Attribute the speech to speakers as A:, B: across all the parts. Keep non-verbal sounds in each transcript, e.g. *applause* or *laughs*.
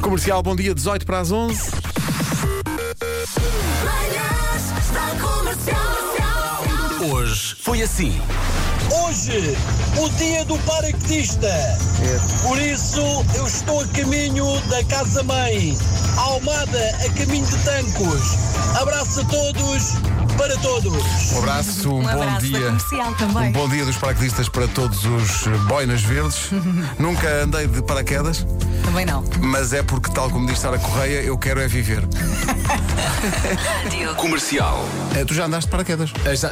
A: Comercial, bom dia, 18 para as 11.
B: Manhãs da Comercial.
C: Hoje foi assim.
D: Hoje, o dia do paraquedista. Por isso, eu estou a caminho da Casa Mãe. Almada, a caminho de Tancos. Abraço a todos, para todos.
A: Um abraço, um,
E: Um
A: bom
E: abraço da
A: dia.
E: comercial também.
A: Um bom dia dos paraquedistas para todos os eh, boinas verdes.
E: *laughs*
A: Nunca andei de paraquedas,
E: Também não.
A: mas é porque, tal como diz Sara Correia, eu quero é viver.
C: *laughs* Comercial.
A: Eh, tu já andaste de paraquedas?
C: Já, já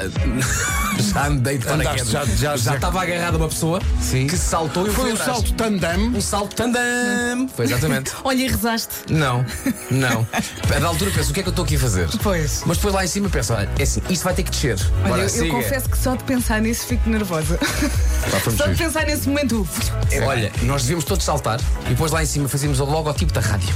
C: andei de paraquedas.
A: Andaste, já- já- já-
C: estava agarrado a uma pessoa
A: Sim.
C: que saltou e eu fui
A: Foi um
C: atrás.
A: salto tandem.
C: Um salto tandem. Foi *laughs* exatamente.
E: Olha, e rezaste.
C: Não, não. *laughs* Da altura penso, o que é que eu estou aqui a fazer?
E: Pois.
C: Mas depois lá em cima penso, olha, é assim, isto vai ter que descer.
E: Olha,
C: Ora,
E: eu, eu
C: siga.
E: confesso que só de pensar nisso fico nervosa.
A: foi muito
E: só de
A: giro.
E: pensar nesse momento. *laughs*
C: É, Olha, nós devíamos todos saltar e depois lá em cima fazíamos o logotipo da rádio.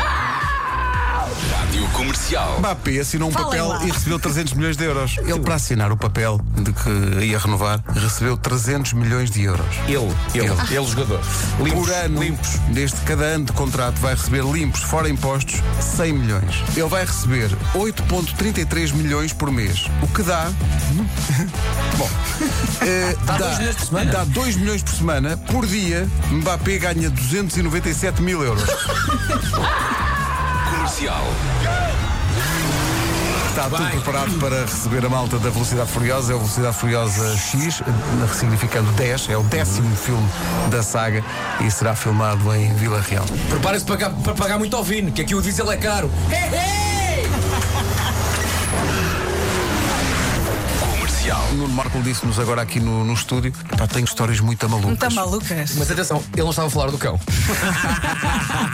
C: rádio comercial.
A: Mbappé assinou um
E: Falem
A: papel
E: lá.
A: e recebeu 300 milhões de euros. Ele, para assinar o papel de que ia renovar, recebeu 300 milhões de euros.
C: *laughs* Ele, ele, ele, jogador. Limpos,
A: Por ano,
C: limpos.
A: desde cada ano de contrato, vai receber limpos, fora impostos, 100 milhões. Ele vai receber 8,33 milhões por mês, o que dá. Bom, eh, dá,
C: dois milhões por semana.
A: dá 2 milhões por semana. Por dia, Mbappé ganha 297 mil euros.
C: Comercial.
A: Está tudo preparado para receber a malta da Velocidade Furiosa. É o Velocidade Furiosa X, eh, significando 10. É o décimo filme da saga e será filmado em Vila Real.
C: Preparem-se para, ca- para pagar muito ao vinho, que aqui o diesel é caro. Comercial.
A: O Nuno Marco disse-nos agora aqui no, no estúdio: pá, tenho histórias muito malucas.
E: Está malucas.
C: Mas atenção, ele não estava a falar do cão.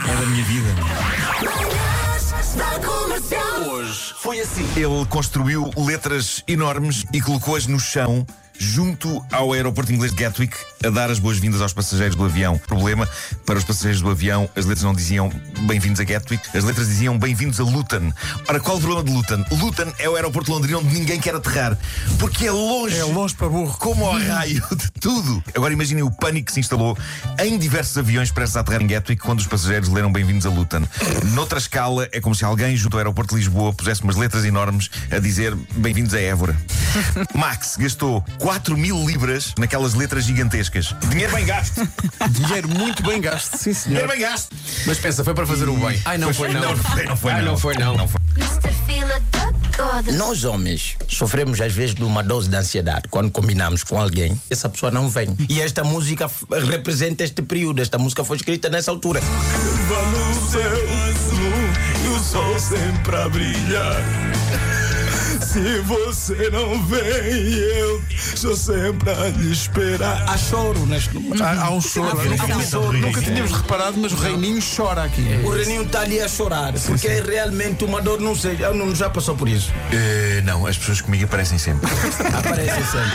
B: Manhãs da Comercial.
C: Hoje foi assim.
F: Ele construiu letras enormes e colocou-as no chão junto ao aeroporto inglês de Gatwick a dar as boas-vindas aos passageiros do avião. Problema, para os passageiros do avião, as letras não diziam bem-vindos a Gatwick, as letras diziam bem-vindos a Luton. Ora, qual o problema de Luton? Luton é o aeroporto londrino onde ninguém quer aterrar, porque é longe.
A: É longe para burro.
F: Como ao raio *laughs* de tudo. Agora imaginem o pânico que se instalou em diversos aviões prestes a aterrar em Gatwick quando os passageiros leram bem-vindos a Luton. Noutra escala, é como se alguém junto ao aeroporto de Lisboa pusesse umas letras enormes a dizer bem-vindos
C: *laughs*
F: a Évora. Max gastou 4 mil libras naquelas letras gigantescas. Dinheiro bem gasto!
A: Dinheiro muito bem gasto, sim
F: Dinheiro
A: senhor.
F: bem gasto!
C: Mas pensa, foi para fazer o bem. Ai, não
F: Pois
C: foi, não.
F: Não foi, não foi.
C: Ai, não foi, não.
F: Não foi.
B: Mr. Fila da Coda.
G: Nós homens sofremos às vezes de uma dose de ansiedade quando combinamos com alguém, essa pessoa não vem. E esta música f- representa este período, esta música foi escrita nessa altura.
A: Há, há um choro. Nunca tínhamos reparado, mas o Reininho chora aqui.
G: O Reninho está ali a chorar, porque é realmente uma dor, não sei, eu não já passou por isso.
F: Eh, não, as pessoas comigo aparecem sempre.
G: Aparece sempre.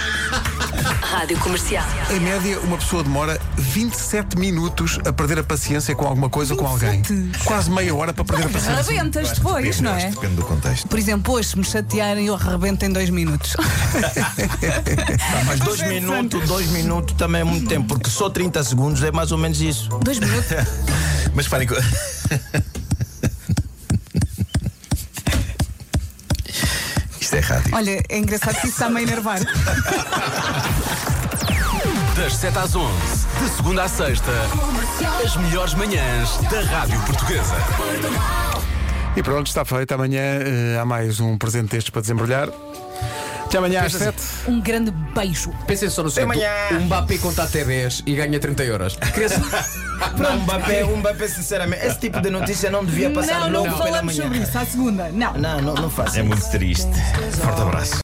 H: Rádio Comercial.
A: Em média, uma pessoa demora 27 minutos a perder a paciência com alguma coisa ou com alguém. Quase meia hora para perder a paciência.
E: Rebentas depois, não é?
F: Depende do contexto.
E: Por exemplo, hoje, se me chatearem, eu rebento em dois minutos.
G: Mas dois minutos, dois minutos também é muito tempo, porque só 30 segundos é mais ou menos isso.
E: Dois minutos?
F: Mas reparem que. *laughs* Isto é errado.
E: Olha, é engraçado que isso está-me a enervar.
I: Das 7 às 11, de segunda à sexta, as melhores manhãs da Rádio Portuguesa.
A: E pronto, está feito. Amanhã eh, há mais um presente destes para desembrulhar. Até amanhã às 7.
E: Um grande beijo.
C: Pensem só no seguinte: um Mbappé conta até 10 e ganha 30 euros. Cresce.
G: Um Mbappé, um Mbappé, sinceramente, esse tipo de notícia não devia passar
E: não,
G: logo
E: não
G: pela
E: falamos
G: manhã.
E: sobre isso. À segunda, não.
G: Não, não, não faça
F: É
G: isso.
F: muito triste. Forte abraço.